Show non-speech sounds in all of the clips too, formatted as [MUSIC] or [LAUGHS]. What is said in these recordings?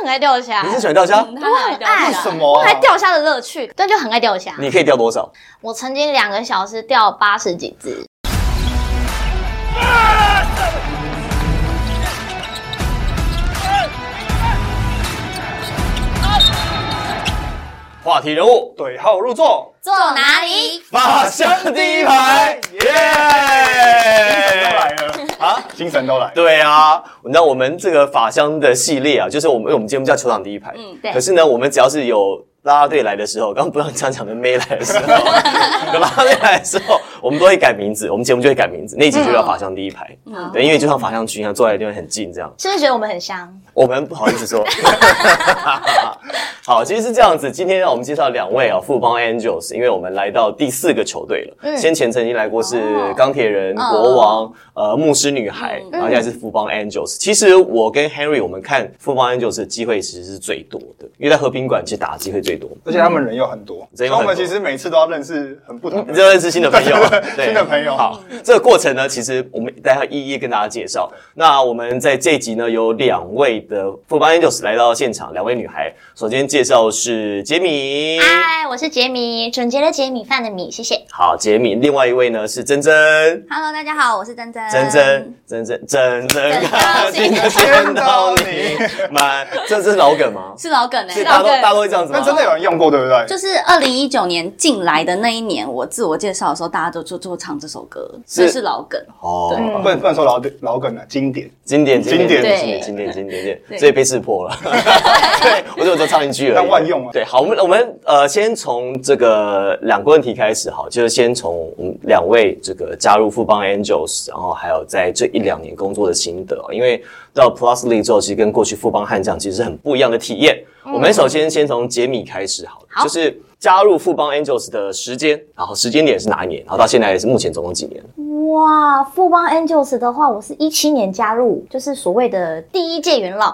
很爱钓虾你，是喜欢钓虾？我很爱为什么我啊还？钓虾的乐趣，但就很爱钓虾。你可以钓多少？我曾经两个小时钓八十几只，话题人物对号入座，坐哪里？马上第一排， [LAUGHS] 耶！了啊，精神都来了。对啊，你知道我们这个法香的系列啊，就是我们因为我们节目叫球场第一排，嗯，对可是呢，我们只要是有啦啦队来的时候，刚刚不让讲讲的妹来的 [LAUGHS] 时候，有啦啦队来的时候，我们都会改名字，我们节目就会改名字，那一集就叫法香第一排，对，因为就像法香区一样，坐在地方很近这样。是不是觉得我们很香？我们不好意思说。 [LAUGHS] 好，其实是这样子。今天让我们介绍两位啊，富邦 Angels，因为我们来到第四个球队了。先前曾经来过是钢铁人、国王、呃牧师女孩，然后现在是富邦 Angels。其实我跟 Henry 我们看富邦 Angels 的机会其实是最多的，因为在和平馆其实打的机会最多。而且他们人又很多，所人以又很多我们其实每次都要认识很不同你的就人。，认识新的朋友啊嗯 [LAUGHS] 新的朋友好，这个过程呢，其实我们待会一一跟大家介绍。那我们在这一集呢，有两位的富邦 Angels 来到现场，两位女孩。首先介绍是杰米，嗨，我是杰米，准杰的杰，米饭的米，谢谢。好，杰米。另外一位呢是珍珍， Hello，大家好，我是珍珍。珍珍，珍珍，珍 [LAUGHS] 珍，高兴地见到你，满，这是老梗吗？是老梗哎、所以老大家都梗。大家都会这样子吗？那真的有人用过，对不对？就是二零一九年进来的那一年，我自我介绍的时候，大家都就就唱这首歌，是所以是老梗。哦对。不能不能说老老梗了，经典。经典，经典，经经典典，对经典，经典，经典，对所以被识破了。 [LAUGHS] 对，我就我就唱进去了。但万用啊对，好，我们我们呃，先从这个两个问题开始，好，就是先从我们两位这个加入富邦 Angels，然后还有在这一两年工作的心得，因为到 Plus League 之后，其实跟过去富邦悍将其实是很不一样的体验。我们首先先从杰米开始好了，好就是加入富邦 Angels 的时间，然后时间点是哪一年，然后到现在是目前总共几年？哇，富邦 Angels 的话，我是一七年加入，就是所谓的第一届元老。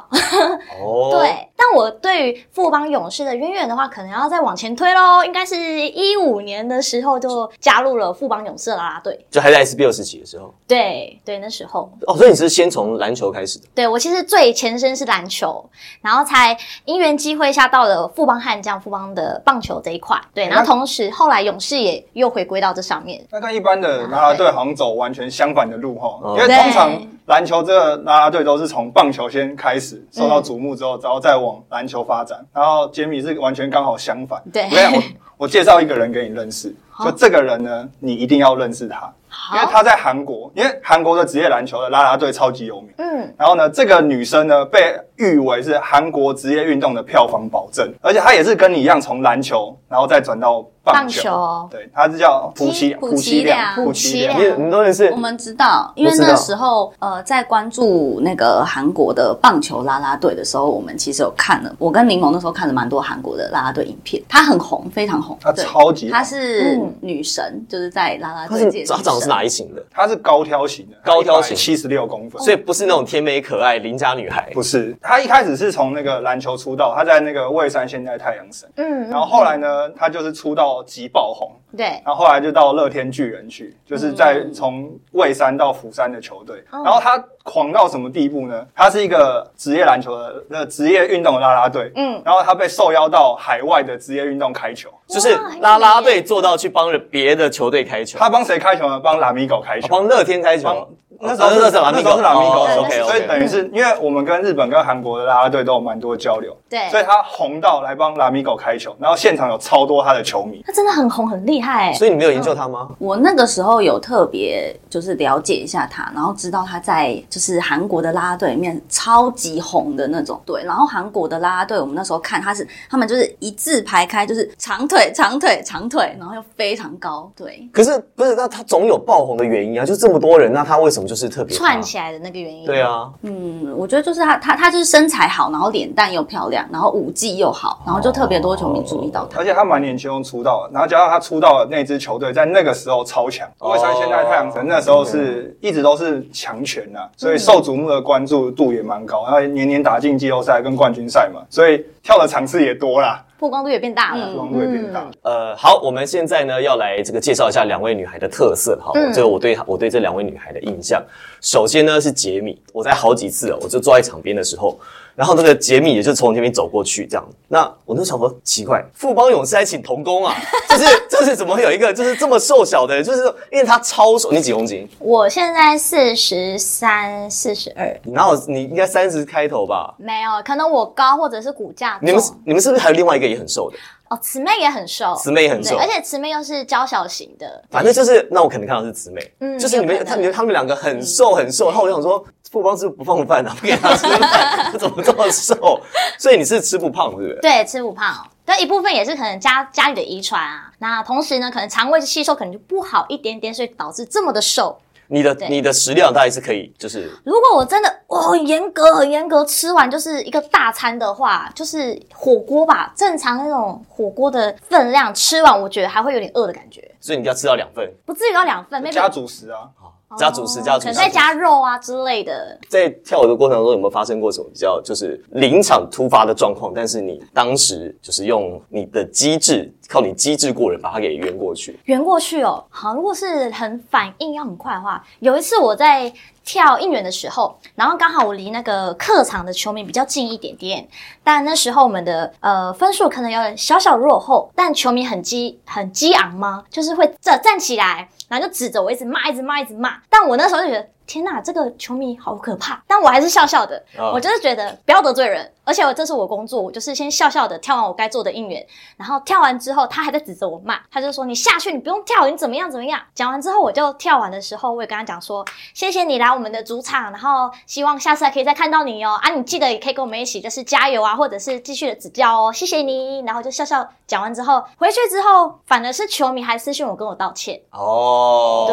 哦，对，但我对于富邦勇士的渊源的话，可能要再往前推喽，应该是一五年的时候就加入了富邦勇士的啦啦队。就还在 SBL 时期的时候。对对，那时候，哦，所以你是先从篮球开始的。对我其实最前身是篮球，然后才因缘机会下到了富邦悍将、富邦的棒球这一块。哎对，然后同时后来勇士也又回归到这上面。那跟一般的啦啦队好像走完全相反的路嗯哈，因为通常篮球这个啦啦队都是从棒球先开始受到瞩目之后，然后再往篮球发展。然后杰米是完全刚好相反。对我跟你讲我我介绍一个人给你认识，就这个人呢，你一定要认识他，因为他在韩国，因为韩国的职业篮球的啦啦队超级有名。嗯，然后呢，这个女生呢被誉为是韩国职业运动的票房保证，而且她也是跟你一样从篮球，然后再转到棒棒球。球对，她是叫朴奇朴朴奇奇亮亮，朴奇亮你你都认识我？们知道，因为我知道那时候呃，在关注那个韩国的棒球啦啦队的时候，我们其实有看了，我跟柠檬那时候看了蛮多韩国的啦啦队影片，她很红，非常红，她对超级她是嗯女神，就是在啦啦他队界是的他长得是女神哪一型的？她是高挑型的，高挑型七十六公哦分，所以不是那种甜美可爱邻家女孩。不是她一开始是从那个篮球出道，她在那个蔚山现代太阳神，嗯，然后后来呢，她就是出道即爆红，对，嗯然后后来就到乐天巨人去，就是在从蔚山到釜山的球队。哦然后他狂到什么地步呢？他是一个职业篮球的呃职业运动的啦啦队，嗯嗯，然后他被受邀到海外的职业运动开球。就是哇很有啦啦意队思做到去帮着别的球队开球，他帮谁开球呢？帮拉米狗开球。帮乐天开帮球。哦那时候是哦那时候是拉米狗的时哦候， OK 所以 OK。等于是因为我们跟日本跟韩国的啦啦队都有蛮多交流，对所以他红到来帮拉米狗开球，然后现场有超多他的球迷。他真的很红，很厉害、欸。所以你没有研究他嗯吗？我那个时候有特别就是了解一下他，然后知道他在就是韩国的啦啦队里面超级红的那种对，然后韩国的啦啦队我们那时候看他是他们就是一字排开，就是长腿长腿长腿，然后又非常高，对，可是不是？那他总有爆红的原因啊，就这么多人，那他为什么就是特别串来？起来的那个原因，对，啊，嗯，我觉得就是他他他就是身材好，然后脸蛋又漂亮，然后舞技又好，然后就特别多球迷注意到他。而且他蛮年轻就出道了，然后加上他出道的那支球队在那个时候超强，哦蔚山现代太阳神那时候是一直都是强权呐、所以受瞩目的关注度也蛮高，然后年年打进季后赛跟冠军赛嘛，所以跳的场次也多啦，曝光度也变大了。嗯嗯光度也变大。呃，好，我们现在呢要来这个介绍一下两位女孩的特色哈。嗯这个我对我对这两位女孩的印象，首先呢是杰米，我在好几次哦，我就坐在场边的时候，然后那个杰米也就从前面走过去这样。那我就想说，奇怪，富邦勇士还请童工啊？就是 [LAUGHS] 就是怎么有一个就是这么瘦小的人？就是因为他超瘦，你几公斤？我现在四十三、四十二，你哪有？你应该三十开头吧？没有，可能我高或者是骨架你们重。你们是不是还有另外一个也很瘦的？哦，慈妹也很瘦，慈妹也很瘦对而且慈妹又是娇小型的，反正就是，那我可能看到是姊妹，嗯就是你有们可能他们他们两个很瘦很瘦，然后我就想说，富邦是不是不放饭啊，不给他吃饭，他怎么这么瘦？所以你是吃不胖，对不对？对，吃不胖。但一部分也是可能家家里的遗传啊，那同时呢，可能肠胃吸收可能就不好一点点，所以导致这么的瘦。你的对你的食量大概是可以，就是如果我真的哦很严格很严格吃完就是一个大餐的话，就是火锅吧，正常那种火锅的分量吃完，我觉得还会有点饿的感觉，所以你要吃到两份，不至于到两份，maybe 加主食啊，加主食加主可能。食再加肉啊之类的。在跳舞的过程中有没有发生过什么比较就是临场突发的状况？但是你当时就是用你的机智，靠你机智过人把它给圆过去。圆过去哦。好，如果是很反应要很快的话，有一次我在跳应援的时候，然后刚好我离那个客场的球迷比较近一点点，但那时候我们的呃分数可能有小小落后，但球迷很激很激昂吗？就是会站站起来，然后就指着我一直骂，一直骂，一直骂。但我那时候就觉得。天呐，这个球迷好可怕！但我还是笑笑的，啊我就是觉得不要得罪人，而且我这是我工作，我就是先笑笑的跳完我该做的应援，然后跳完之后，他还在指着我骂，他就说你下去，你不用跳，你怎么样怎么样。讲完之后，我就跳完的时候，我也跟他讲说，谢谢你来我们的主场，然后希望下次还可以再看到你哦。啊，你记得也可以跟我们一起，就是加油啊，或者是继续的指教哦，谢谢你。然后就笑笑讲完之后，回去之后，反而是球迷还私讯我跟我道歉，哦，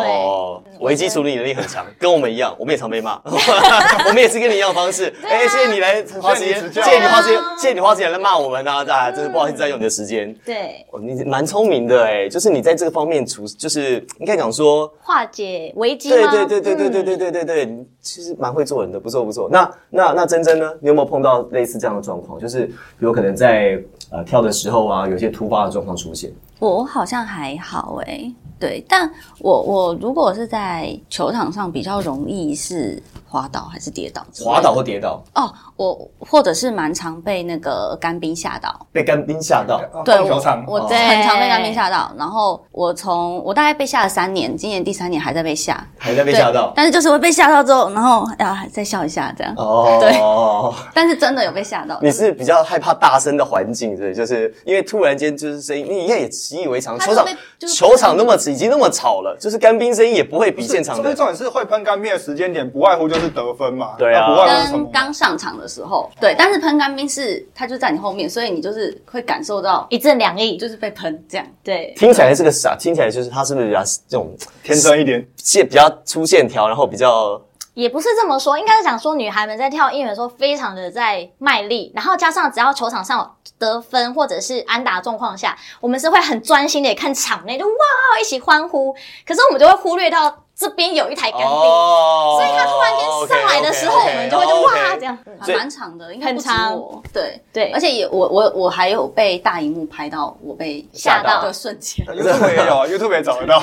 对，危机处理能力很强，跟我们一样，我们也常被骂，我们也是跟你一样的方式。哎、谢谢你来花时间，谢谢你指谢教谢你花时间，谢谢你花时间来骂我们啊！大家真是不好意思占用你的时间。对，哦，你蛮聪明的哎、就是你在这个方面处，就是应该讲说，化解危机对吗？对对对对对嗯对对对对，你其实蛮会做人的，不错不错。那那那珍珍呢？你有没有碰到类似这样的状况？就是有可能在呃跳的时候啊，有一些突发的状况出现。我好像还好哎、对，但我我如果是在球场上比较容易是滑倒还是跌倒之类的？滑倒或跌倒，哦，我或者是蛮常被那个干冰吓到。被干冰吓到，对，棒球场哦哦我我对很常被干冰吓到。然后我从我大概被吓了三年，今年第三年还在被吓，还在被对吓到。但是就是会被吓到之后，然后啊再笑一下这样。哦，但是真的有被 [LAUGHS] 吓到，你是比较害怕大声的环境，对，就是因为突然间就是声音，你应该也习以为常。他球就场被就是球场那么已经那么吵了，就是干冰声音也不会比现场这的重点是会喷干面的时间点，不外乎就是得分嘛。对啊那不外乎是什么跟？刚上场的时候，对，但是喷干冰是它就在你后面，所以你就是会感受到一阵凉意，就是被喷这样。对，听起来是个傻，听起来就是他是不是比较这种天真一点，线比较粗线条，然后比较也不是这么说，应该是讲说女孩们在跳应援的时候非常的在卖力，然后加上只要球场上有得分或者是安打状况下，我们是会很专心的看场内，就哇一起欢呼，可是我们就会忽略到这边有一台干冰。哦所以他突然间上来的时候，我们就会就哇这。样，所以蛮长的，应该很不止长我。对对而且也我我我还有被大荧幕拍到我被吓到的瞬间。啊 YouTube 也有，YouTube 也找得到。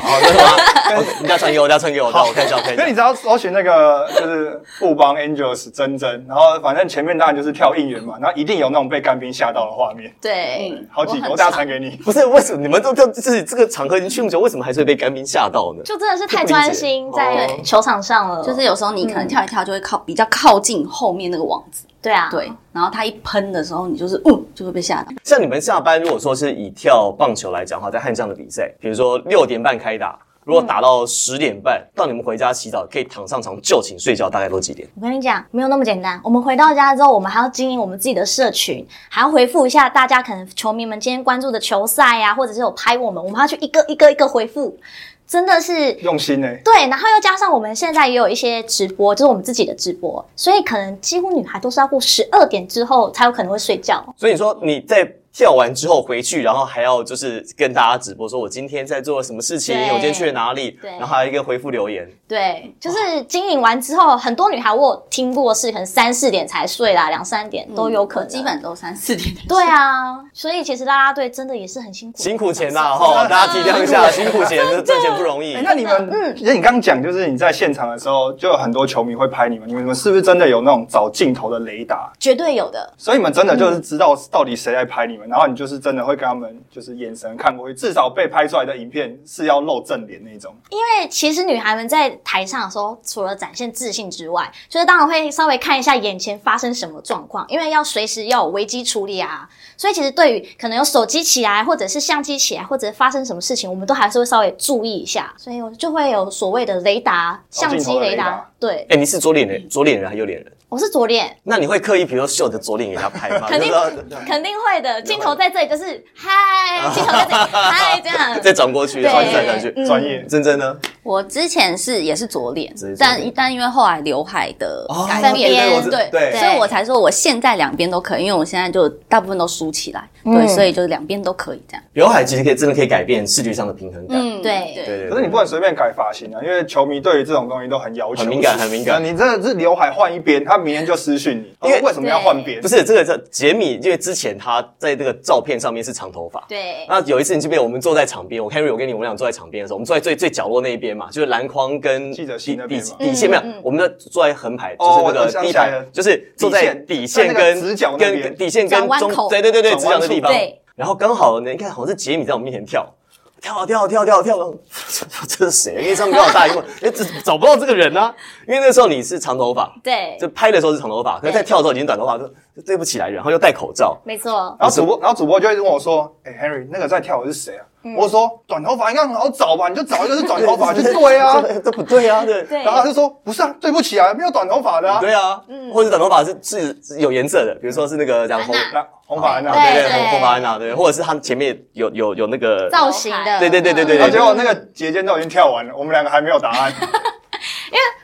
你要传给我，你要传给我，我看一下，我看一因为下。你只要搜寻那个就是富邦 Angels 真真，然后反正前面当然就是跳应援嘛，然后一定有那种被干冰吓到的画面，对，好几个，嗯很我大家常传给你。不是为什么你们都都就是这个场合已经去不久，为什么还是会被干冰吓到呢？就真的是太专心在哦球场上了，就是有时候你可能跳一跳就会靠比较靠近后面那个网子，对啊，对，然后它一喷的时候，你就是嗯就会被吓到。像你们下班，如果说是以跳棒球来讲的话，在汉江的比赛，比如说六点半开打，如果打到十点半，到你们回家洗澡，可以躺上床就寝睡觉，大概都几点？我跟你讲，没有那么简单。我们回到家之后，我们还要经营我们自己的社群，还要回复一下大家可能球迷们今天关注的球赛呀、或者是有拍我们，我们要去一个一个一个回复，真的是用心欸呢、对。然后又加上我们现在也有一些直播，就是我们自己的直播，所以可能几乎女孩都是要过十二点之后才有可能会睡觉。所以你说你在跳完之后回去，然后还要就是跟大家直播说我今天在做什么事情，对我今天去了哪里，对然后还有一个回复留言，对，就是经营完之后，很多女孩我有听过是可能三四点才睡啦，两三点都有可能。嗯基本都三四点。对啊，所以其实啦啦队真的也是很辛苦的，辛苦钱啊呐、哈，大家体谅一下，辛苦钱，这赚钱不容易哎。那你们，其实你刚刚讲，就是你在现场的时候，就有很多球迷会拍你们，你们是不是真的有那种找镜头的雷达？ [LAUGHS] 绝对有的。所以你们真的就是知道到底谁在拍你们，然后你就是真的会跟他们就是眼神看过去，至少被拍出来的影片是要露正脸那种。因为哎其实女孩们在台上的时候，除了展现自信之外，就是当然会稍微看一下眼前发生什么状况，因为要随时要有危机处理啊。所以其实对于可能有手机起来，或者是相机起来，或者发生什么事情，我们都还是会稍微注意一下。所以我就会有所谓的雷达、相镜机头的雷雷达达。对，哎、你是左脸人，左脸人还是右脸人？我是左脸，那你会刻意，比如说秀的左脸给他拍吗？肯定就是说肯定会的。镜头在这里就是嗨，镜头在这里嗨，这样。再转过去，对转来转去。嗯专业，真真呢？我之前是也是左脸直接，左脸但但因为后来刘海的改三变，边我知对对对所以我才说我现在两边都可以，因为我现在就大部分都梳起来，对，所以就是两边都可以这样。刘海其实可以真的可以改变视觉上的平衡感。嗯对对对对。可是你不能随便改发型啊，因为球迷对于这种东西都很要求，很敏感很敏感你这是刘海换一边，他明天就私讯你，因为哦为什么要换边？不是这个这杰米，因为之前他在这个照片上面是长头发。对，那有一次，你记不记得我们坐在场边，我 Henry 我跟你我们俩坐在场边的时候，我们坐在最最角落那一边嘛，就是篮筐跟记者底席那底边嘛底线没有嗯嗯嗯，我们的坐在横排，就哦是那我个我想第一起来排了，就是坐在底线底线在那跟个直角那边跟底线转跟弯中口对对对对直转弯角的地处方对。然后刚好呢，你看好像是杰米在我们面前跳。跳啊跳啊跳啊跳啊跳啊！这是谁？因为上面刚好大荧幕，哎，这找不到这个人啊！因为那时候你是长头发，对就拍的时候是长头发，可是在对跳的时候已经短头发，就就对不起来，然后又戴口罩，没错。然后主播，然后主播就会问我说：“哎、h e n r y 那个在跳的是谁啊？”我说：“短头发应该很好找吧，你就找一个是短头发就对啊。这这不 [LAUGHS] 对啊，对。对然后他就说：“不是啊，对不起啊，没有短头发的啊。对啊，或者短头发是是是有颜色的，比如说是那个讲红，嗯安那红发安娜，对对对红红发安娜，对，或者是他前面有有有那个造型的，对对对对对然后结果那个节间都已经跳完了，我们两个还没有答 [LAUGHS] 案。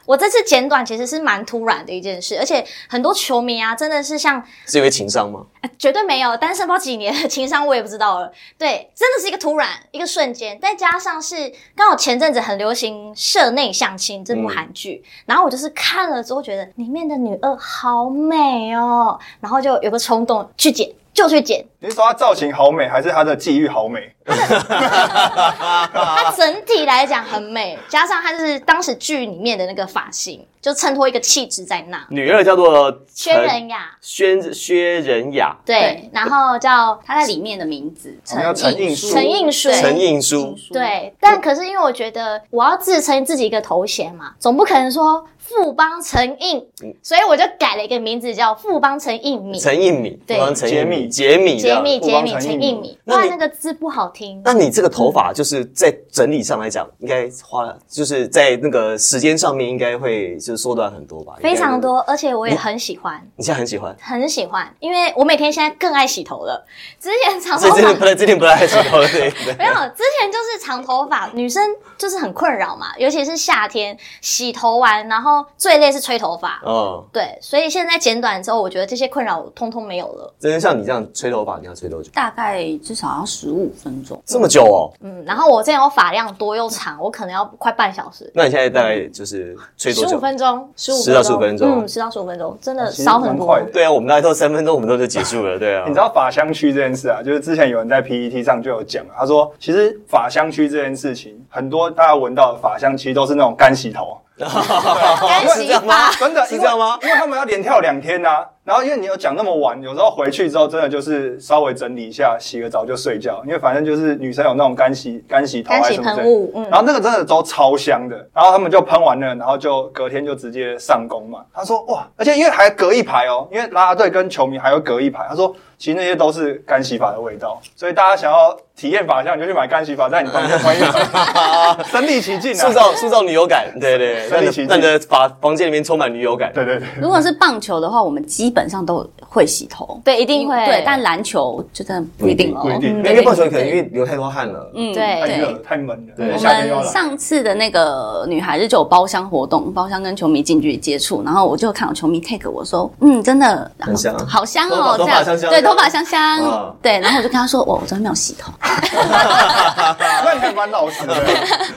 我这次剪短其实是蛮突然的一件事，而且很多球迷啊，真的是像、是因为情商吗？呃绝对没有单身包几年的情商，我也不知道了。对，真的是一个突然，一个瞬间，再加上是刚好前阵子很流行《社内相亲》这部韩剧，然后我就是看了之后觉得里面的女二好美哦，然后就有个冲动去剪，就去剪。你是说她造型好美，还是她的际遇好美？它整体来讲很美，加上它就是当时剧里面的那个发型，就衬托一个气质在那。女二叫做薛仁雅。薛薛仁雅，对对，然后叫它在里面的名字我哦们要陈陈映书书陈映书对陈映书对，但可是因为我觉得我要自称自己一个头衔嘛，总不可能说富邦陈映，嗯所以我就改了一个名字叫富邦陈映米，陈映米，对好像陈映米，杰米，杰米富杰邦米陈陈映映米米，不那然你那个字不好听。那你这个头发就是在整理上来讲，应该花了，就是在那个时间上面应该会就是缩短很多吧，非常应该会。多，而且我也很喜欢，你现在 [LAUGHS] 很喜欢，很喜欢，因为我每天现在更爱洗头了。之前长头所以发之前不太，之前不太喜欢，对对。 [LAUGHS] 没有，之前就是长头发，女生就是很困扰嘛，尤其是夏天洗头完，然后最累是吹头发，哦嗯，对，所以现在剪短之后，我觉得这些困扰我通通没有了。真的像你这样吹头发，你要吹多久？大概至少要十五分钟，这么久哦？嗯，然后我这前有发量多又长，我可能要快半小时，那你现在大概就是吹十多久五？分钟，十五10到15分钟嗯，十到十五分钟，真的哦其实 [LAUGHS] 少很蛮多快。的对啊，我们大概都三分钟，我们都就结束了，对啊。你知道法香区这件事啊，就是之前有人在 PPT 上就有讲啊，他说其实法香区这件事情，很多大家闻到的法香其实都是那种干洗头， [LAUGHS] 干洗发，[LAUGHS] 真的是这样吗因为因为他们要连跳两天呐、然后因为你有讲那么晚，有时候回去之后真的就是稍微整理一下，洗个澡就睡觉，因为反正就是女生有那种干洗干洗头干哦还是洗什么之类喷的雾，嗯 [LAUGHS] 然，后那个真的都超香的，然后他们就喷完了，然后就隔天就直接上工嘛。他说哇，而且因为还隔一排哦，因为啦啦队跟球迷还有隔一排。他说其实那些都是干洗法的味道，所以大家想要体验法像，你就去买干洗法，在你旁边换一种，身临其境塑啊。造塑造女友感，对对，身让临你其境让你的房房间里面充满女友感。对对对，如果是棒球的话，我们基本上都会洗头，对，一定会。对，但篮球就真的不一定哦。不一定，因因为为棒球可能因为流太多汗了，嗯，嗯，对太热对了，。太闷了，对因我为夏天又要们来。上次的那个女孩子就有包厢活动，包厢跟球迷近距离接触，然后我就看有球迷 take 我说，嗯，真的很香啊好好香哦，头发头发这样香香对，头发香香，哦嗯对，然后我就跟他说，哦我我昨天没有洗头， [LAUGHS] 那你还蛮老实的，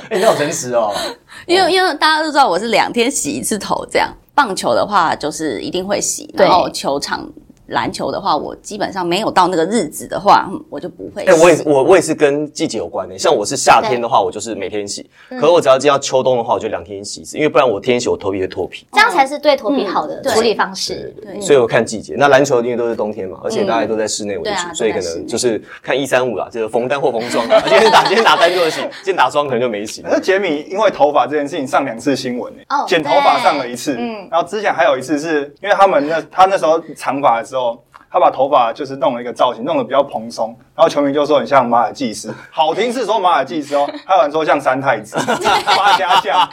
哎，你好诚实哦，因为因为大家都知道我是两天洗一次头这样。棒球的话就是一定会洗，对然后球场篮球的话，我基本上没有到那个日子的话，嗯我就不会洗。哎、我也是我我也是跟季节有关的、像我是夏天的话，我就是每天洗；嗯可我只要进到秋冬的话，我就两天洗一次，因为不然我天天洗，我头皮会脱皮。这样才是对头嗯皮好的对处理方式。对哎对，所以我看季节。那篮球因为都是冬天嘛，而且大家都在室内为主，嗯对啊所以可都在室能内就是看一三五啦，就是逢单或逢双 [LAUGHS] 啊。今天打今天打单就洗，今天打双可能就没洗可。是杰米因为头发这件事情上两次新闻、欸，哦剪头发上了一次，对嗯然后之前还有一次是因为他们那他那时候长发的时候，他把头发就是弄了一个造型，弄得比较蓬松，然后球迷就说很像马尔济斯，好听是说马尔济斯哦，还有人说像三太 [LAUGHS] 子八家将，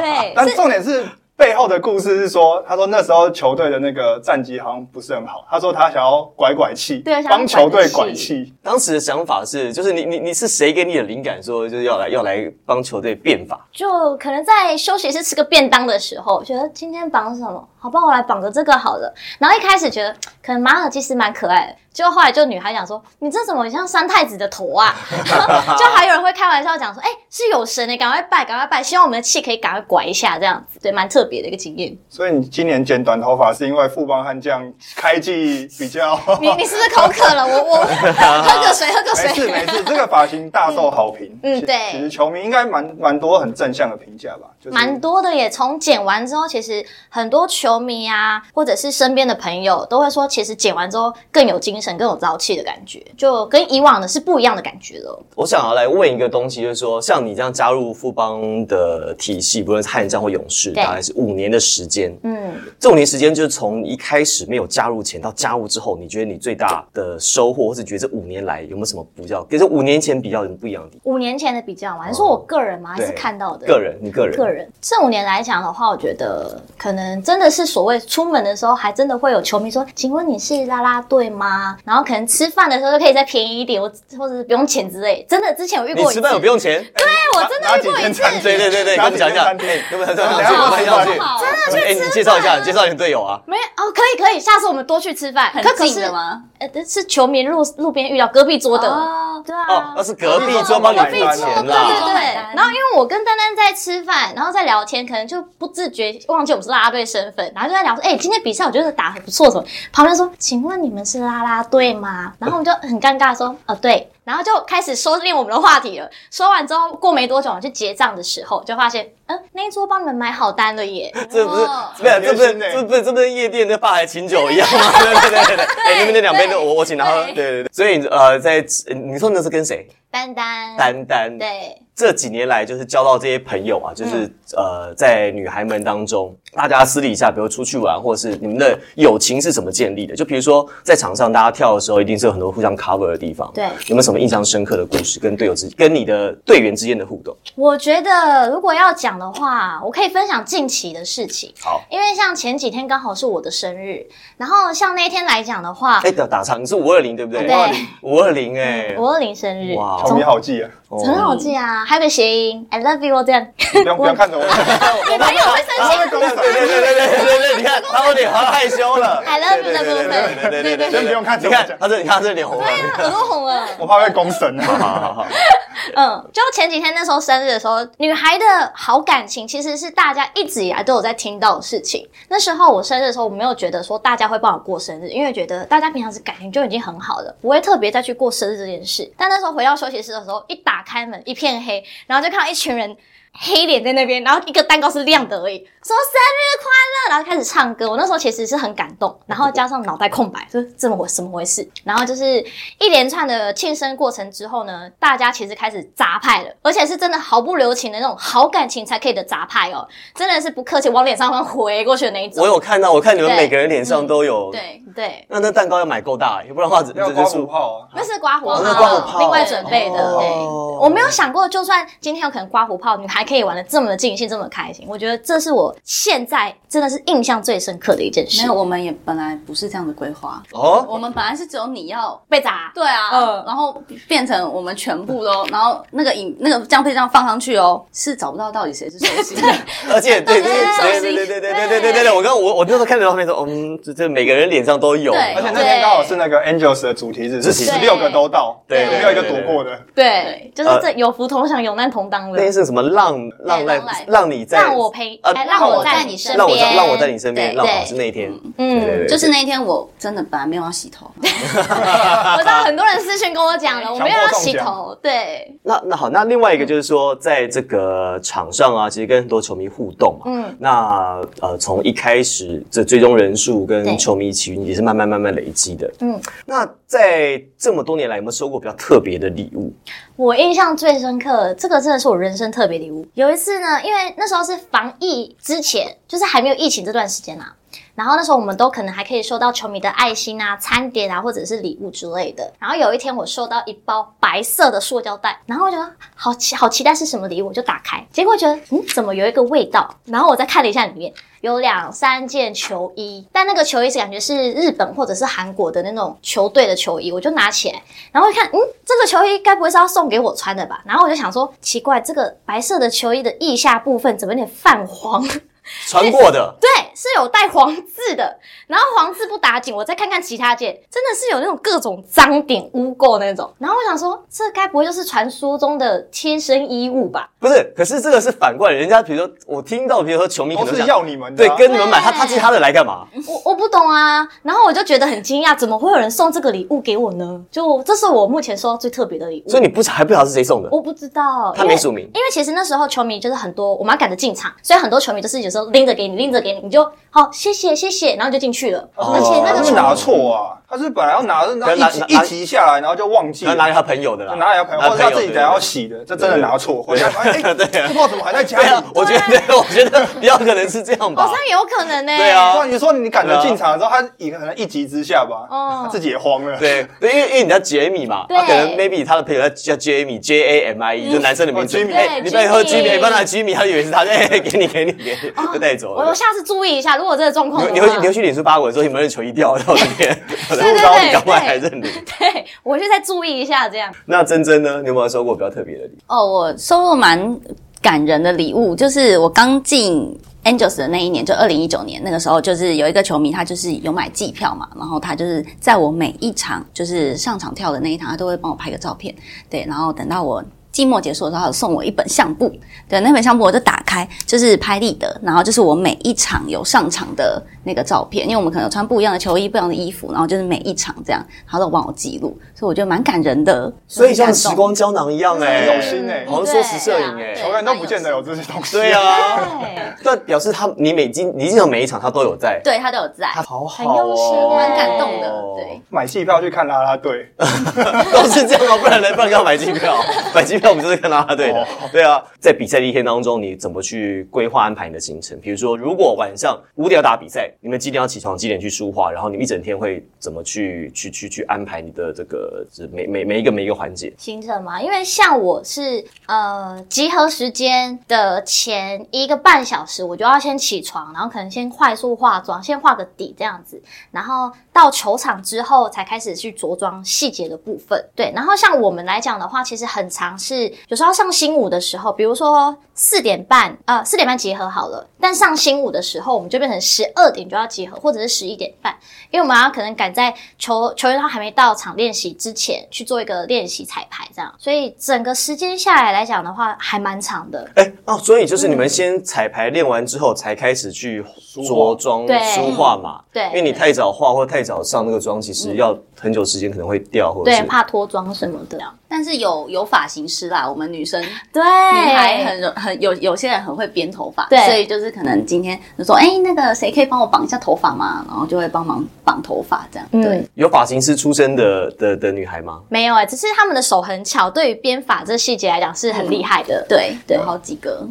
对，但重点是。背后的故事是说，他说那时候球队的那个战绩好像不是很好，他说他想要拐拐气对，啊想要帮球队拐拐气气，当时的想法是，就是你你你是谁给你的灵感说就是要来要来帮球队变法？就可能在休息室吃个便当的时候，觉得今天绑什么？好吧，我来绑个这个好了。然后一开始觉得可能马尔济斯蛮可爱的，结果后来就女孩讲说：“你这怎么很像三太子的头啊？” [LAUGHS] 就还有人会开玩笑讲说：“哎、是有神的、赶快拜，赶快拜，希望我们的气可以赶快拐一下，这样子，对，蛮特别的一个经验。所以你今年剪短头发是因为富邦悍将开季比较你你是不是口渴了？我我喝个水，喝 [LAUGHS] 个没事水。没事，这个发型大受好评。嗯嗯其对其实球迷应该蛮蛮多很正向的评价吧，就是蛮多的耶，从剪完之后，其实很多球迷啊，或者是身边的朋友都会说，其实剪完之后更有精神、更有朝气的感觉，就跟以往的是不一样的感觉了。我想要来问一个东西，就是说，像你这样加入富邦的体系，不论是悍将或勇士，对大概是五年的时间。嗯，这五年时间，就是从一开始没有加入前到加入之后，你觉得你最大的收获，或是觉得这五年来有没有什么比较，跟这五年前比较有什么不一样的地五年前的比较嘛，还是说我个人嘛，还对是看到的方？个人，你个人，个人这五年来讲的话，我觉得可能真的是所谓出门的时候，还真的会有球迷说：“请问你是啦啦队吗？”然后可能吃饭的时候就可以再便宜一点，我或者是不用钱之类。真的，之前有遇你过一吃次，饭有不用钱？对我真的哪遇几过一天次，餐对对对对，跟我们讲一下，哪几天哎，跟我 [LAUGHS] 们讲一哪下，几我们天要饭去店好哎，你介绍一下，你介绍你队友啊。没哦，可以可以，下次我们多去吃饭。很可可近是的？吗？呃，是球迷路路边遇到隔壁桌的，哦对啊。哦，那是隔壁桌帮你付隔钱壁对桌对啦。对买单，然后因为我跟丹丹在吃饭，然后在聊天，可能就不自觉忘记我们是啦啦队身份，然后就在聊说，哎、今天比赛我觉得打得很不错，什么？旁边说，哎请问你们是啦啦队吗？然后我们就很尴尬地说，呃，嗯对，然后就开始收敛我们的话题了。说完之后，过没多久，我去结账的时候，就发现，嗯、那一桌帮你们买好单了耶。 [LAUGHS] 这不是哦，没有，这不是，很贴心欸这不是，这不是夜店的吧台请酒一样吗？对对对对对，哎，你们那两杯的我我请他喝，对对对。所以呃，在你说那是跟谁？丹丹，丹丹，对，这几年来就是交到这些朋友啊，就是、呃，在女孩们当中，大家私底下，比如出去玩，或者是你们的友情是怎么建立的？就比如说在场上，大家跳的时候，一定是有很多互相 cover 的地方。对有没有什么印象深刻的故事？跟队友之、跟你的队员之间的互动？我觉得如果要讲的话，我可以分享近期的事情。好，因为像前几天刚好是我的生日，然后像那一天来讲的话哎、，打打岔，你是五二零对不对？对五二零哎，五二零生日，哇球迷好记啊，哦很好记啊，还有个谐音 “I love you” 这样，不用不 [LAUGHS] 用看着我，你朋友会生他气。会公对对审，对对对对对，你看他有点害羞了。 I love you 的部分，对对对，先不用看你看他这你看他这脸红了。耳朵红了。我怕被公审啊。好好好，嗯，就前几天那时候生日的时候，女孩的好感情其实是大家一直以来都有在听到的事情。那时候我生日的时候，我没有觉得说大家会帮我过生日，因为觉得大家平常是感情就已经很好了，不会特别再去过生日这件事。但那时候回到休息室的时候，一打开门一片黑，然后就看到一群人。黑脸在那边，然后一个蛋糕是亮的而已，说生日快乐，然后开始唱歌。我那时候其实是很感 [LAUGHS] 动，然后加上脑袋空白，就是这么回什么回事？然后就是一连串的庆生过程之后呢，大家其实开始砸派了，而且是真的毫不留情的那种好感情才可以的砸派哦，真的是不客气往脸上面回过去的那一种。我有看到，我看你们对每个人脸上都有。对，对，那那蛋糕要买够大，要不然的话只要只刮是胡数。泡啊，那是刮胡哦那刮胡泡，泡另外准备的。哦对，我没有想过，就算今天有可能刮胡泡，女孩可以玩的这么的尽兴，这么开心，我觉得这是我现在真的是印象最深刻的一件事。没有，我们也本来不是这样的规划，哦，我们本来是只有你要。被砸，对啊，嗯然后变成我们全部都，然后那个影那个江配这样放上去哦，是找不到到底谁是谁 [LAUGHS] 心的。而且对对 [LAUGHS] 对对对对对对对对对对对，我刚我我那时候看着照片说，嗯，这这每个人脸上都有，对而且那那天刚好是那个 Angels 的主题日，是对十六个都到，对没有一个躲过的。对，就是这有福同享，有难同当的那，天是什么浪浪浪在来让你在让我陪，啊哎让让我我在在你你身身边，让我在让我在你身边，对浪好对是那一天，嗯对对对就是那天我真的本来没有要洗头，我知道很多人私讯跟我讲哎了，我没有要洗强头，迫对，那那好，那另外一个嗯就是说，在这个场上啊，其实跟很多球迷互动嘛。嗯，那呃，从一开始这最终人数对跟球迷群也是慢慢慢慢累积的。嗯，那在这么多年来，有没有收过比较特别的礼物？我印象最深刻，这个真的是我人生特别礼物。有一次呢，因为那时候是防疫之前，就是还没有疫情这段时间啊。然后那时候我们都可能还可以收到球迷的爱心啊、餐点啊，或者是礼物之类的。然后有一天我收到一包白色的塑胶袋，然后我就好期好期待是什么礼物，我就打开，结果觉得嗯怎么有一个味道？然后我再看了一下里面有两三件球衣，但那个球衣是感觉是日本或者是韩国的那种球队的球衣，我就拿起来，然后一看嗯这个球衣该不会是要送给我穿的吧？然后我就想说奇怪，这个白色的球衣的腋下部分怎么有点泛黄？ [LAUGHS] 哎穿过的，对，是有带黄字的，然后黄字不打紧，我再看看其他件，真的是有那种各种脏点污垢那种。然后我想说，这该不会就是传说中的贴身衣物吧？不是？可是这个是反过来，人家比如说我听到，比如说球迷可都能是想要你们的对啊，跟你们买，对嗯他他其他的来干嘛？我我不懂啊。然后我就觉得很惊讶，怎么会有人送这个礼物给我呢？就这是我目前收到最特别的礼物所。以你不还不晓得是谁送的？我不知道，他因为没署名因为其实那时候球迷就是很多，我们要赶着进场，所以很多球迷就是有时候拎着给你，拎着给你，你就好谢谢谢谢，然后就进去了。哦而且那他个是球拿错啊，他是本来要拿，可能拿一集拿一集下来，然后就忘记他了，拿给他朋友的啦，拿来要朋友，或者拿他给自己等下要洗的，这真的拿错，回家发现哎，对对这包怎么还在家对啊 [LAUGHS] 里？，我觉得我觉得比较可能是这样吧好。像有可能呢、对啊哇，你说你赶着进场的时候，他一可能一急之下吧，哦他自己也慌了。 [LAUGHS] 对，对，因为因为你叫 Jamie 嘛，啊对他可能 maybe 他的朋友叫叫 Jamie J A M I E，就男生的名字。哦，Jimmy 哎对你不要喝 Jimmy Jimmy，你帮他 Jimmy，他以为是他， [LAUGHS] 哎，给你给你给你， [LAUGHS] 就带走我我了。下次注意一下，如果这个状况你的话，会你会你会去脸书发文说你们的球衣掉到那边，对对然后对赶快来认领。 [LAUGHS] 对我就再注意一下这样。那珍珍呢？你有没有收过比较特别的礼物？哦，我收入蛮感人的礼物，就是我刚进 Angels 的那一年，就二零一九年，那个时候就是有一个球迷，他就是有买季票嘛，然后他就是在我每一场就是上场跳的那一场，他都会帮我拍个照片，对，然后等到我。季末结束的时候，他有送我一本相簿，对，那本相簿我就打开，就是拍立得，然后就是我每一场有上场的那个照片，因为我们可能有穿不一样的球衣、不一样的衣服，然后就是每一场这样，他都帮我记录，所以我觉得蛮感人的。所以很像感时动光胶囊一样，哎，很有心哎，好像说时摄影，对哎啊，球员都不见得有这些东西。对 [LAUGHS] 啊。对，但表示他你每经你经常每一场他都有在，对他都有在，他好好很用心哦，哎蛮感动的哦，对。买戏票去看啦啦队， [LAUGHS] 都哦是这样吗？不然来不然干嘛买 [LAUGHS] 机票？买机票我们就是看啦啦队的哦。对啊，在比赛的一天当中，你怎么去规划安排你的行程？比如说，如果晚上五点要打比赛，你们几点要起床？几点去梳化？然后你们一整天会怎么去去去去安排你的这个这每每每一个每一个环节？行程嘛，因为像我是呃集合时间的前一个半小时，我就要先起床，然后可能先快速化妆，先化个底这样子，然后到球场之后才开始去着装细节的部分。对，然后像我们来讲的话，其实很常是有时候上新舞的时候，比如说四点半，呃四点半集合好了，但上新舞的时候我们就变成十二点就要集合，或者是十一点半。因为我们要可能赶在球球员他还没到场练习之前去做一个练习彩排，这样，所以整个时间下来来讲的话，还蛮长的。哎、哦，所以就是你们先彩排练完之后，才开始去着妆对梳化嘛。对嗯因为你太早化或太早上那个妆，其实要很久时间可能会掉，或者对，是怕脱妆什么的。但是有有发型师啦，我们女生女对，孩很很有有些人很会编头发，对所以就是可能今天就说，哎、那个谁可以帮我绑一下头发吗？然后就会帮忙绑头发这样。对，嗯，有发型师出身的的的女孩吗？没有哎、只是他们的手很巧，对于编法这细节来讲是很厉害的。对，嗯对有好几个，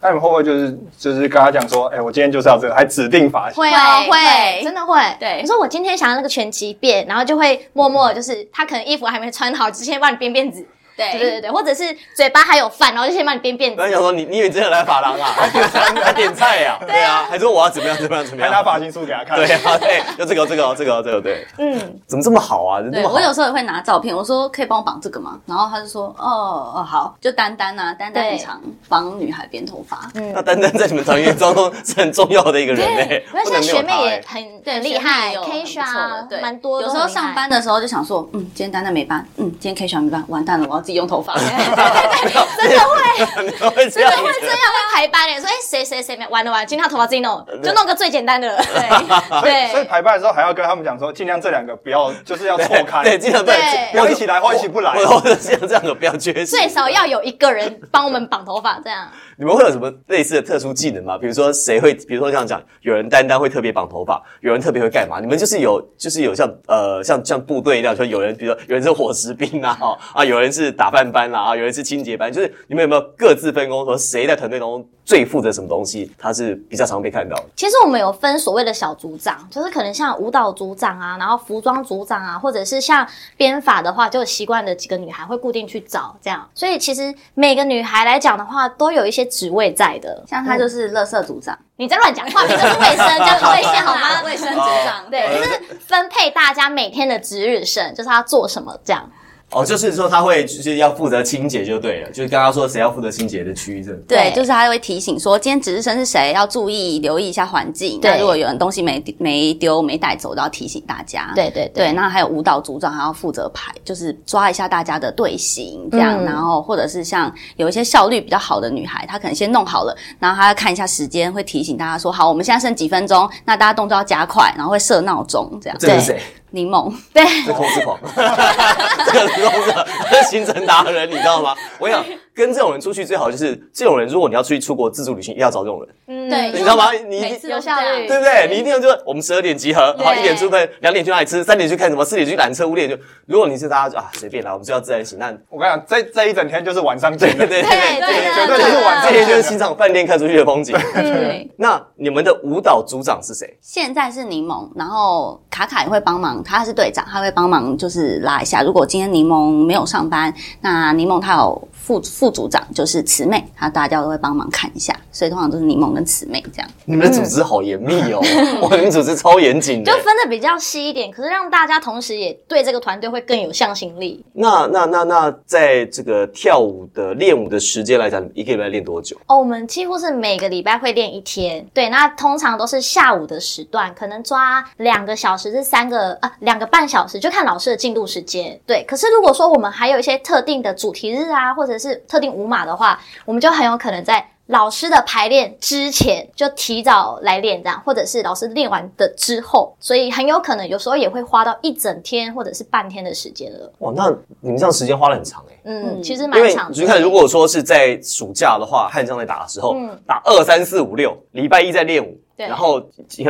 那你们会不会就是就是跟他讲说，哎，我今天就是要这个，还指定发型？会哦，会会，会真的会。对我说我今天想要那个拳击变，然后就会默默就是他可能衣服还没穿好，之前帮你编辫子，对对对对对，或者是嘴巴还有饭，然后就先帮你编辫本来子。想说你，你以为真的来法郎啊？还点餐，还点菜呀、对啊，还说我要怎么样怎么样怎么还拿样？发型书给他看。对啊，对，就这个这个这个这个对， [LAUGHS] 嗯，怎么这么好啊？怎么这对么好我？有时候也会拿照片，我说可以帮我绑这个吗？然后他就说哦哦好，就丹丹啊，丹丹对很常帮女孩编头发，那丹丹在你们团员当中是很重要的一个人呢、对，那不现在能没有学妹他、也欸。很对，很厉学妹害也有很不，Kesha 错的啊对，蛮多都很有时厉害。候上班的时候就想说，嗯，今天丹丹没班，嗯，今天 Kesha 没班，完蛋了，我要自己用头发。真的会，真的欸 [LAUGHS] 会这真样的子会这样会排班诶，说哎谁谁谁没完了完了，今天他头发自己弄，哦就弄个最简单的。 [LAUGHS] 对所以所对，以排班的时候还要跟他们讲说，尽量这两个不要，就是要错开。对，经常在对不要一起来或一起不来。我或者像这样的不要缺席。最少要有一个人帮我们绑头发，这样。你们会有什么类似的特殊技能吗？比如说谁会，比如说像讲，有人单单会特别绑头发，有人特别会干嘛？你们就是有，就是有像呃像像部队一样，说有人，比如说有人是伙食兵啊，哦啊，有人是打饭班啦、啊，有人是清洁班，就是你们有没有各自分工，说谁在团队当中最负责什么东西？他是比较常被看到的。其实我们有分所谓的小组长，就是可能像舞蹈组长啊，然后服装组长啊，或者是像编法的话，就有习惯的几个女孩会固定去找这样。所以其实每个女孩来讲的话，都有一些职位在的。像他就是乐色组长，你在乱讲 [LAUGHS] 话，你就是卫生，啊这样很危险好吗？卫生组长，呃对，就是分配大家每天的值日生，就是他做什么这样。哦，就是说他会就是要负责清洁就对了，就是刚刚说谁要负责清洁的区域这。对，对就是他会提醒说，今天值日生是谁，要注意留意一下环境。对那如果有人东西没没丢、没带走，都要提醒大家。对对对，那还有舞蹈组长还要负责排，就是抓一下大家的队形这样，嗯然后或者是像有一些效率比较好的女孩，她可能先弄好了，然后她要看一下时间，会提醒大家说，好，我们现在剩几分钟，那大家动作要加快，然后会设闹钟这样。这是谁？柠 [LAUGHS] 檬，对，这控 [LAUGHS] 制狂，这个是控制狂，这是行程达人，你知道吗？我想跟这种人出去最好就是，这种人如果你要出去出国自助旅行，一定要找这种人，嗯对，你知道吗你每次都有效这样率对不对？你一定要就我们十二点集合，然后一点出分，两点去哪里吃，三点去看什么，四点去缆车，五点就，如果你是大家就啊随便啦，我们就要自然醒，那我跟你讲，这这一整天就是晚上见对的。对对对绝对就是晚这上些就是欣赏饭店看出去的风景。 [LAUGHS] 嗯对，那你们的舞蹈组长是谁？现在是柠檬，然后卡卡也会帮忙，他是队长，他会帮忙就是拉一下。如果今天柠檬没有上班，那柠檬他有副副组长，就是慈妹，他大家都会帮忙看一下，所以通常都是柠檬跟慈妹这样。你们的组织好严密 [LAUGHS] 哦，哇，你们组织超严谨的就。分的比较细一点，可是让大家同时也对这个团队会更有向心力。那那那那，在这个跳舞的练舞的时间来讲，一个礼拜练多久？哦，我们几乎是每个礼拜会练一天，对，那通常都是下午的时段，可能抓两个小时至三个啊两个半小时，就看老师的进度时间。对，可是如果说我们还有一些特定的主题日啊，或者是特定舞码的话，我们就很有可能在。老师的排练之前就提早来练，这样，或者是老师练完的之后，所以很有可能有时候也会花到一整天或者是半天的时间了。哇，那你们这样时间花了很长哎、嗯，嗯其实因蛮为长你的。去看，如果说是在暑假的话，汉江在打的时候，嗯打二三四五六，礼拜一在练舞，对然后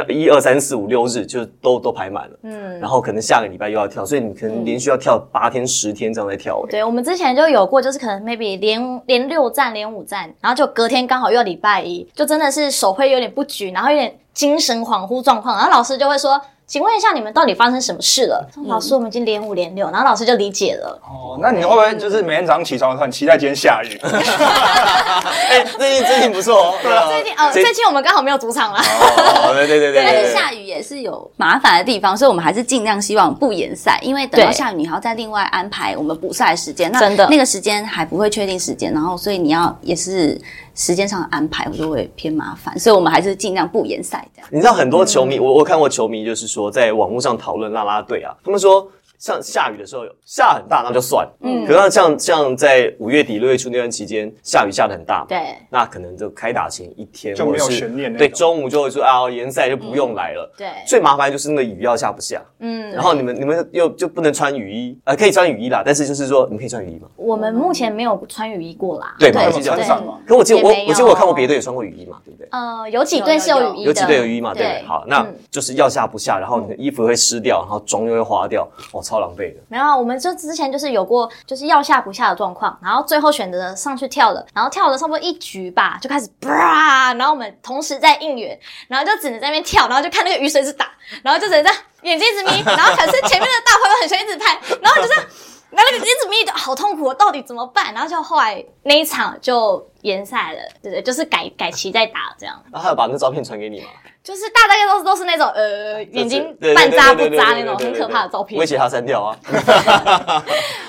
一二三四五六日就都都排满了，嗯然后可能下个礼拜又要跳，所以你可能连续要跳八天十天这样在跳哎、对，我们之前就有过，就是可能 maybe 连连六站、连五站，然后就隔天刚好又要礼拜一，就真的是手会有点不举，然后有点精神恍惚状况，然后老师就会说：“请问一下，你们到底发生什么事了？”老师，我们已经连五连六，然后老师就理解了。哦，那你会不会就是每天早上起床的时候，很期待今天下雨？哎、最近最近不错哦，对啊最近呃，最近我们刚好没有主场啦。 [LAUGHS] 哦，对对对对但对是下雨也是有麻烦的地方，所以我们还是尽量希望不延赛，因为等到对下雨你还要再另外安排我们补赛的时间，那真的那个时间还不会确定时间，然后所以你要也是时间上的安排就会偏麻烦，所以我们还是尽量不延赛这样。你知道很多球迷，嗯我我看过球迷就是说在网络上讨论啦啦队啊，他们说。像下雨的时候有下很大，那就算。嗯，可是像像在五月底六月初那段期间，下雨下的很大，，对，那可能就开打前一天就没有或者是悬念那种对，中午就会说啊，联赛就不用来了。嗯对最麻烦就是那个雨要下不下，嗯，然后你们你们又就不能穿雨衣，呃，可以穿雨衣啦，但是就是说你们可以穿雨衣吗？我们目前没有穿雨衣过啦。对嘛，对我记有没有得穿对伞吗？可我记得我也没有啊我记得我看过别队有穿过雨衣嘛，对不对？呃，有几队是有雨衣的，有几队有衣嘛，对不对？对好，那嗯就是要下不下，然嗯后你的衣服会湿掉，然后妆又会花掉，哦，超狼狈的。没有啊，我们就之前就是有过就是要下不下的状况，然后最后选择上去跳了，然后跳了差不多一局吧，就开始啪，然后我们同时在应援，然后就只能在那边跳，然后就看那个雨水一直打，然后就只能这样眼睛一直眯，然后可是前面的大朋友很喜欢一直拍，然后就这样。那那个一直眯着，好痛苦，我到底怎么办？然后就后来那一场就延赛了，对对，就是改改期再打这样，然后他有把那照片传给你吗？就是大概都是都是那种呃眼睛对对对半扎不对对扎对那种对很对可对怕的照威片。胁他删掉啊， [LAUGHS] [LAUGHS]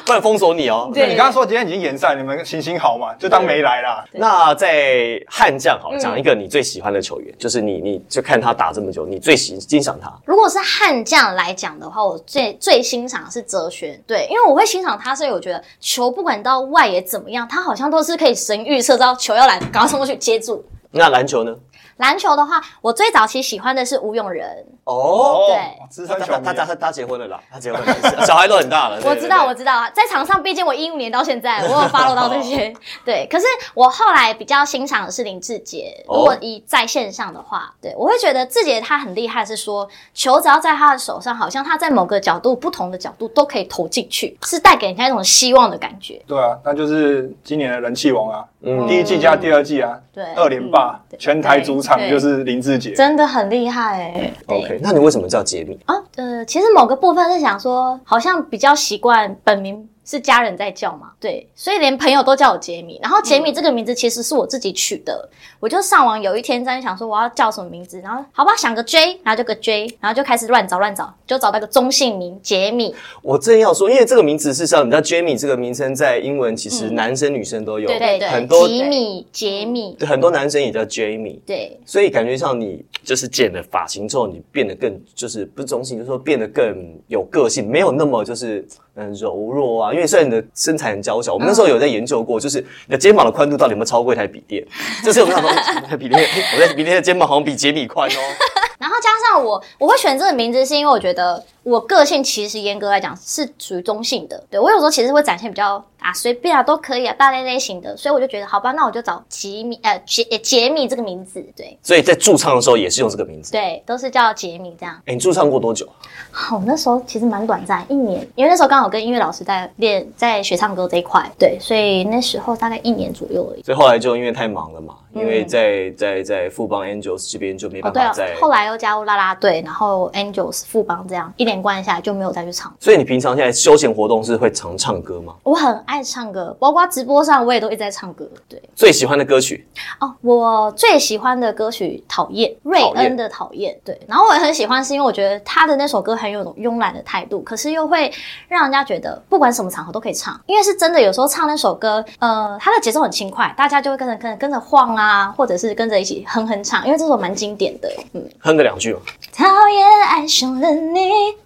不然封锁你哦。对你刚刚说今天已经延赛，你们行行好嘛，就当没来啦。那在悍将好了，嗯讲一个你最喜欢的球员，就是你，你就看他打这么久，你最喜欣赏他。如果是悍将来讲的话，我最最欣赏的是哲学，对，因为我会欣赏他，是因为我觉得球不管到外野怎么样，他好像都是可以神预测到球要来，赶快冲过去接住。那篮球呢？篮球的话，我最早期喜欢的是吴永仁，哦，对，资他深球他迷啊他他他结婚了啦，他结婚了，小孩都很大了。对我知道，我对对知道，在场上，毕竟我一五年到现 [LAUGHS] 在，我有 follow 到这些。对，可是我后来比较欣赏的是林志杰。如哦果以在线上的话，对我会觉得志杰他很厉害，是说球只要在他的手上，好像他在某个角度、不同的角度都可以投进去，是带给人家一种希望的感觉。对啊，那就是今年的人气王啊，嗯第一季加第二季啊，对嗯二连霸，全台主场就是林志杰。真的很厉害哎、对 OK，那你为什么叫杰米？啊，呃，其实某个部分是想说，好像比较习惯本名是家人在叫嘛，对，所以连朋友都叫我杰米。然后杰米这个名字其实是我自己取的，我就上网有一天在想说我要叫什么名字，然后好吧想个 J，然后就个 J，然后就开始乱找乱找，就找到一个中性名杰米，我正要说，因为这个名字事实上，你知道 Jamie 这个名称在英文其实男生女生都有，对嗯对对，很多吉米杰米，很多男生也叫 Jamie。对，所以感觉上你就是剪了发型之后，你变得更就是不是中性，就是说变得更有个性，没有那么就是嗯柔弱啊。因为虽然你的身材很娇小，我嗯们那时候有在研究过，就是你的肩膀的宽度到底有没有超过一台笔电？ [LAUGHS] 就是我们想说，嗯 [LAUGHS] 台笔电，我在笔电的肩膀好像比杰米宽哦。然后加上我，我会选这个名字是因为我觉得我个性其实严格来讲是属于中性的，对我有时候其实会展现比较啊随便啊都可以啊大咧咧型的，所以我就觉得好吧，那我就找吉米呃杰呃杰米这个名字，对所以在驻唱的时候也是用这个名字。对，都是叫杰米这样。 [LAUGHS] 哎，你驻唱过多久？好，我那时候其实蛮短暂，一年，因为那时候刚好跟音乐老师在练在学唱歌这一块，对，所以那时候大概一年左右而已。所以后来就因为太忙了嘛，因为在在在富邦 Angels 这边就没嗯哦，办对法了再，。后来又加入啦啦队，然后 Angels 副帮这样一连贯下来就没有再去唱。所以你平常现在休闲活动是会常唱歌吗？我很爱唱歌，包括直播上我也都一直在唱歌。对最喜欢的歌曲？哦，我最喜欢的歌曲《讨厌》，瑞恩的《讨厌》。对，然后我也很喜欢，是因为我觉得他的那首歌很有种慵懒的态度，可是又会让人家觉得不管什么场合都可以唱，因为是真的。有时候唱那首歌，呃，它的节奏很轻快，大家就会跟着跟着跟着晃啊，或者是跟着一起哼哼唱，因为这首蛮经典的。嗯，哼个两句嘛。讨厌爱上了你，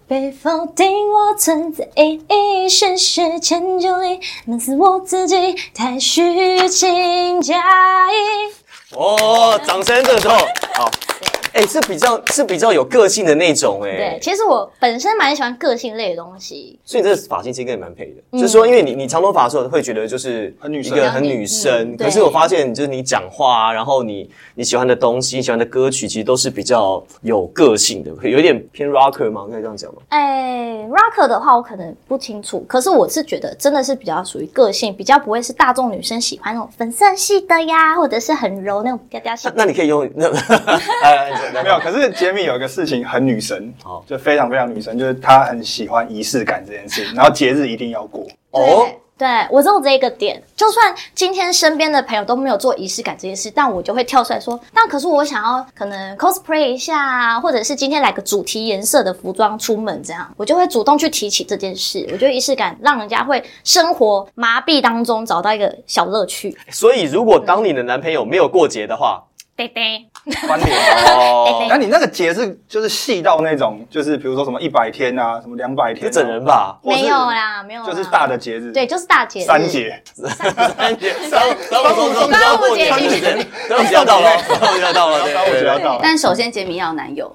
被否定我存在意义，事事迁就你，闷死我自己，太虚情假意。哦，掌声这 [LAUGHS] 个时候好。哎、是比较是比较有个性的那种哎、对，其实我本身蛮喜欢个性类的东西，所以这个发型其实跟你蛮配的，嗯就是说，因为你你长头发的时候会觉得就是很女一生个很女生，嗯对可是我发现就是你讲话啊，然后你你喜欢的东西、你喜欢的歌曲，其实都是比较有个性的，有点偏 rocker 吗？可以这样讲吗？哎，rock 的话我可能不清楚，可是我是觉得真的是比较属于个性，比较不会是大众女生喜欢那种粉色系的呀，或者是很柔那种嗲嗲系那。那你可以用 [LAUGHS] 那哎哎没有，可是杰米有一个事情很女神好，就非常非常女神，就是她很喜欢仪式感这件 [LAUGHS] 事，然后节日一定要过。哦，对我只有这一个点，就算今天身边的朋友都没有做仪式感这件事，但我就会跳出来说，那可是我想要可能 cosplay 一下啊，或者是今天来个主题颜色的服装出门，这样我就会主动去提起这件事。我觉得仪式感让人家会生活麻痹当中找到一个小乐趣。所以如果当你的男朋友没有过节的话，对对，翻脸。嗯哎哦， [LAUGHS] 那你那个节是就是细到那种，就是比如说什么一百天啊，什么两百天、就整 [LAUGHS] 人，吧，或是没有啦，没有啦，就是大的节日，对，，就是大节日三。节。三节三三五中端午节端午节，端午节要到 [LAUGHS] 了，端午节要到了，对然后我对觉对得到了，但首先杰米要有男友，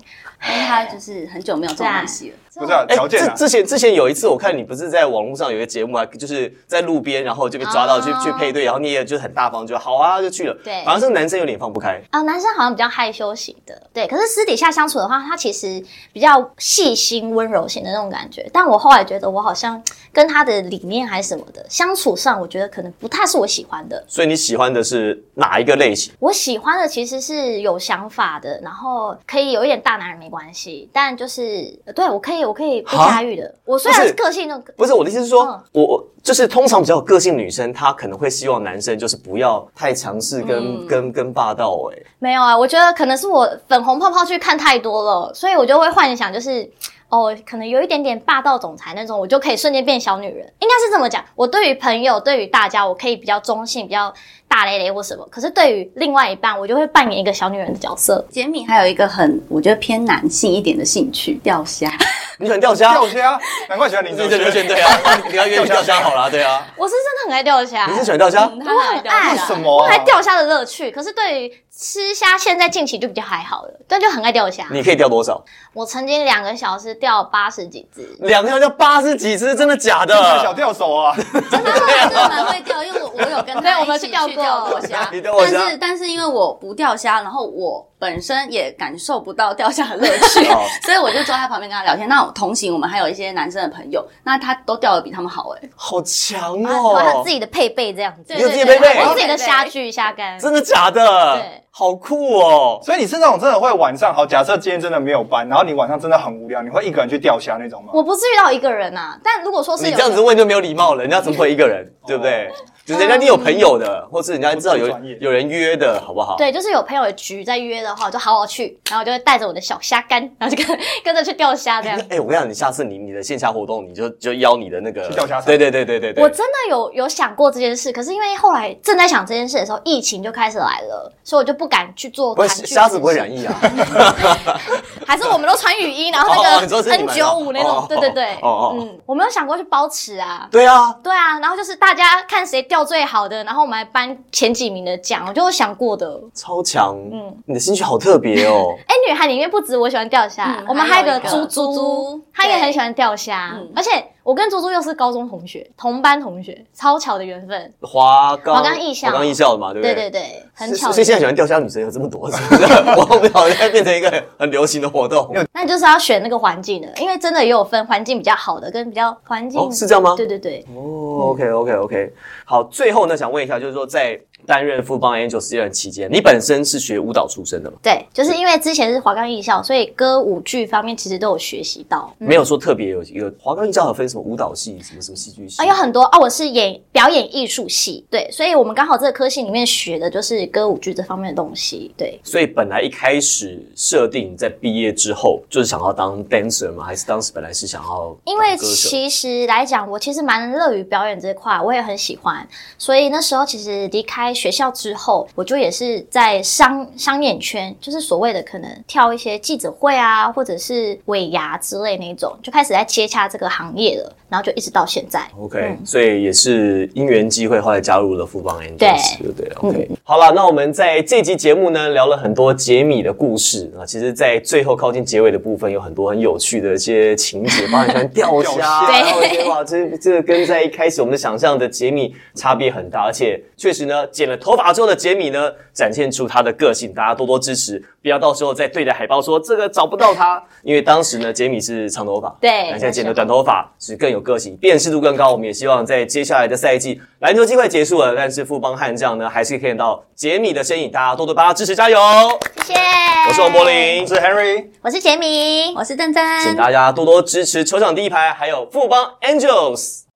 因为他就是很久没有这种关系了。不是啊哎条件啊之之前之前有一次，我看你不是在网络上有一个节目啊，就是在路边，然后就被抓到哦去、去配对，然后你也就很大方，就好啊就去了。对好像是男生有点放不开。啊、男生好像比较害羞型的，对。可是私底下相处的话，他其实比较细心、温柔型的那种感觉。但我后来觉得，我好像跟他的理念还是什么的相处上，我觉得可能不太是我喜欢的。所以你喜欢的是哪一个类型？我喜欢的其实是有想法的，然后可以有一点大男人没关系，但就是呃对我可以，我可以被驾驭的。我虽然不是是个性那种，不是我的意思是说，嗯我我就是通常比较有个性的女生，她可能会希望男生就是不要太强势跟、跟跟霸道、欸。没有啊，我觉得可能是我粉红泡泡去看太多了，所以我就会幻想就是。哦，可能有一点点霸道总裁那种，我就可以瞬间变小女人，应该是这么讲。我对于朋友，对于大家，我可以比较中性，比较大咧咧或什么。可是对于另外一半，我就会扮演一个小女人的角色。杰米还有一个很我觉得偏男性一点的兴趣，钓虾。你喜欢钓 [LAUGHS] 虾？钓虾，难怪喜啊欢林对正对对轩。对对啊！ [LAUGHS] 你要约去钓虾好啦，对啊。我是真的很爱钓虾，你是喜欢钓虾？嗯我很爱为啦什么我啊爱钓虾的乐趣。可是对于吃虾，现在近期就比较还好了，但就很爱钓虾。你可以钓多少？我曾经两个小时钓八十几只，两条钓八十几只，真的假小的？钓手啊， [LAUGHS] 真的真的蛮会钓，因为我我有跟对他我一们起去去钓钓过过虾， [LAUGHS] 你钓过虾但是但是因为我不钓虾，然后我本身也感受不到钓虾的乐趣哦， [LAUGHS] 所以我就坐在旁边跟他聊天。那我同行我们还有一些男生的朋友，那他都钓的比他们好哎、好强啊然后还有哦自！己的配备这样子，你有自己的配备我有自己的虾具、虾竿，真的假的对？好酷哦！所以你是那种真的会晚上好，假设今天真的没有班，然后你晚上真的很无聊，你会一个人去钓虾那种吗？我不至于到一个人啊，但如果说是你有这样子问就没有礼貌了，人家怎么会一个人，对不对？就人家你有朋友的，或是人家知道有我不专业有人约的，好不好？对，就是有朋友的局在约的话，我就好好去，然后我就会带着我的小虾竿， [LAUGHS] 然后就跟跟着去钓虾这样那。哎、我跟你讲，你下次你你的线下活动，你就就邀你的那个去钓虾场对对对对对对。我真的有有想过这件事，可是因为后来正在想这件事的时候，疫情就开始来了，所以我就不敢去做不韩是剧。虾子不会染，疫啊， [LAUGHS] 还是我们都穿雨衣，然后哦哦那你个说是你 N 们九五那哦种，对对对，哦哦哦嗯，我没有想过去包吃啊。对啊，对啊，然后就是大家看谁钓最好的，然后我们还颁前几名的奖，我就有想过的。超强，嗯嗯，你的兴趣好特别 [LAUGHS] 哦，哎，女孩里面不止我喜欢钓虾，嗯我们还有一个还有一个猪猪猪猪嗯猪，她也对很喜欢钓虾，而且我跟猪猪又是高中同学，同班同学，超巧的缘分。华冈华冈艺校华冈艺校的嘛，对不对对？对对，很是巧的缘分。所以现在喜欢钓虾女生有这么多，是不 [LAUGHS] [LAUGHS] 是？我不好像变成一个很流行的活动那就是要选那个环境的，因为真的也有分环境比较好的跟比较环境、哦，是这样吗？对对对，哦，OK OK OK，好，最后呢，想问一下，就是说在担任富邦 Angel 实验期间，你本身是学舞蹈出身的吗？对，就是因为之前是华冈艺校，所以歌舞剧方面其实都有学习到。没有说特别有有华冈艺校有分什么舞蹈系，什么什么戏剧系啊，有很多啊！我是演表演艺术系，对，所以我们刚好这个科系里面学的就是歌舞剧这方面的东西，对。所以本来一开始设定在毕业之后就是想要当 dancer 吗？还是当时本来是想要因为当哦歌手其实来讲，我其实蛮乐于表演这一块，我也很喜欢，所以那时候其实离开学校之后，我就也是在商商演圈，就是所谓的可能跳一些记者会啊，或者是尾牙之类那种，就开始在接洽这个行业了，然后就一直到现在。 OK，、所以也是因缘机会，后来加入了富邦 Angels，对嗯对不对？OK，、好了，那我们在这集节目呢聊了很多杰米的故事啊，其实，在最后靠近结尾的部分，有很多很有趣的一些情节，包含像钓钓虾，虾然后我觉得哇，这这个跟在一开始我们想象的杰米差别很大，而且确实呢，剪了头发之后的杰米呢，展现出他的个性，大家多多支持，不要到时候再对着海报说这个找不到他，因为当时呢，杰米是长头发，对那现在剪了短头发是更有个性，辨识度更高。我们也希望在接下来的赛季，篮球机会结束了，但是富邦悍将呢，还是可以看到杰米的身影，大家多多帮他支持，加油！谢谢，我是王柏，林我，是 Henry。我是杰明，我是珍珍，啊请大家多多支持球场第一排，还有富邦 Angels。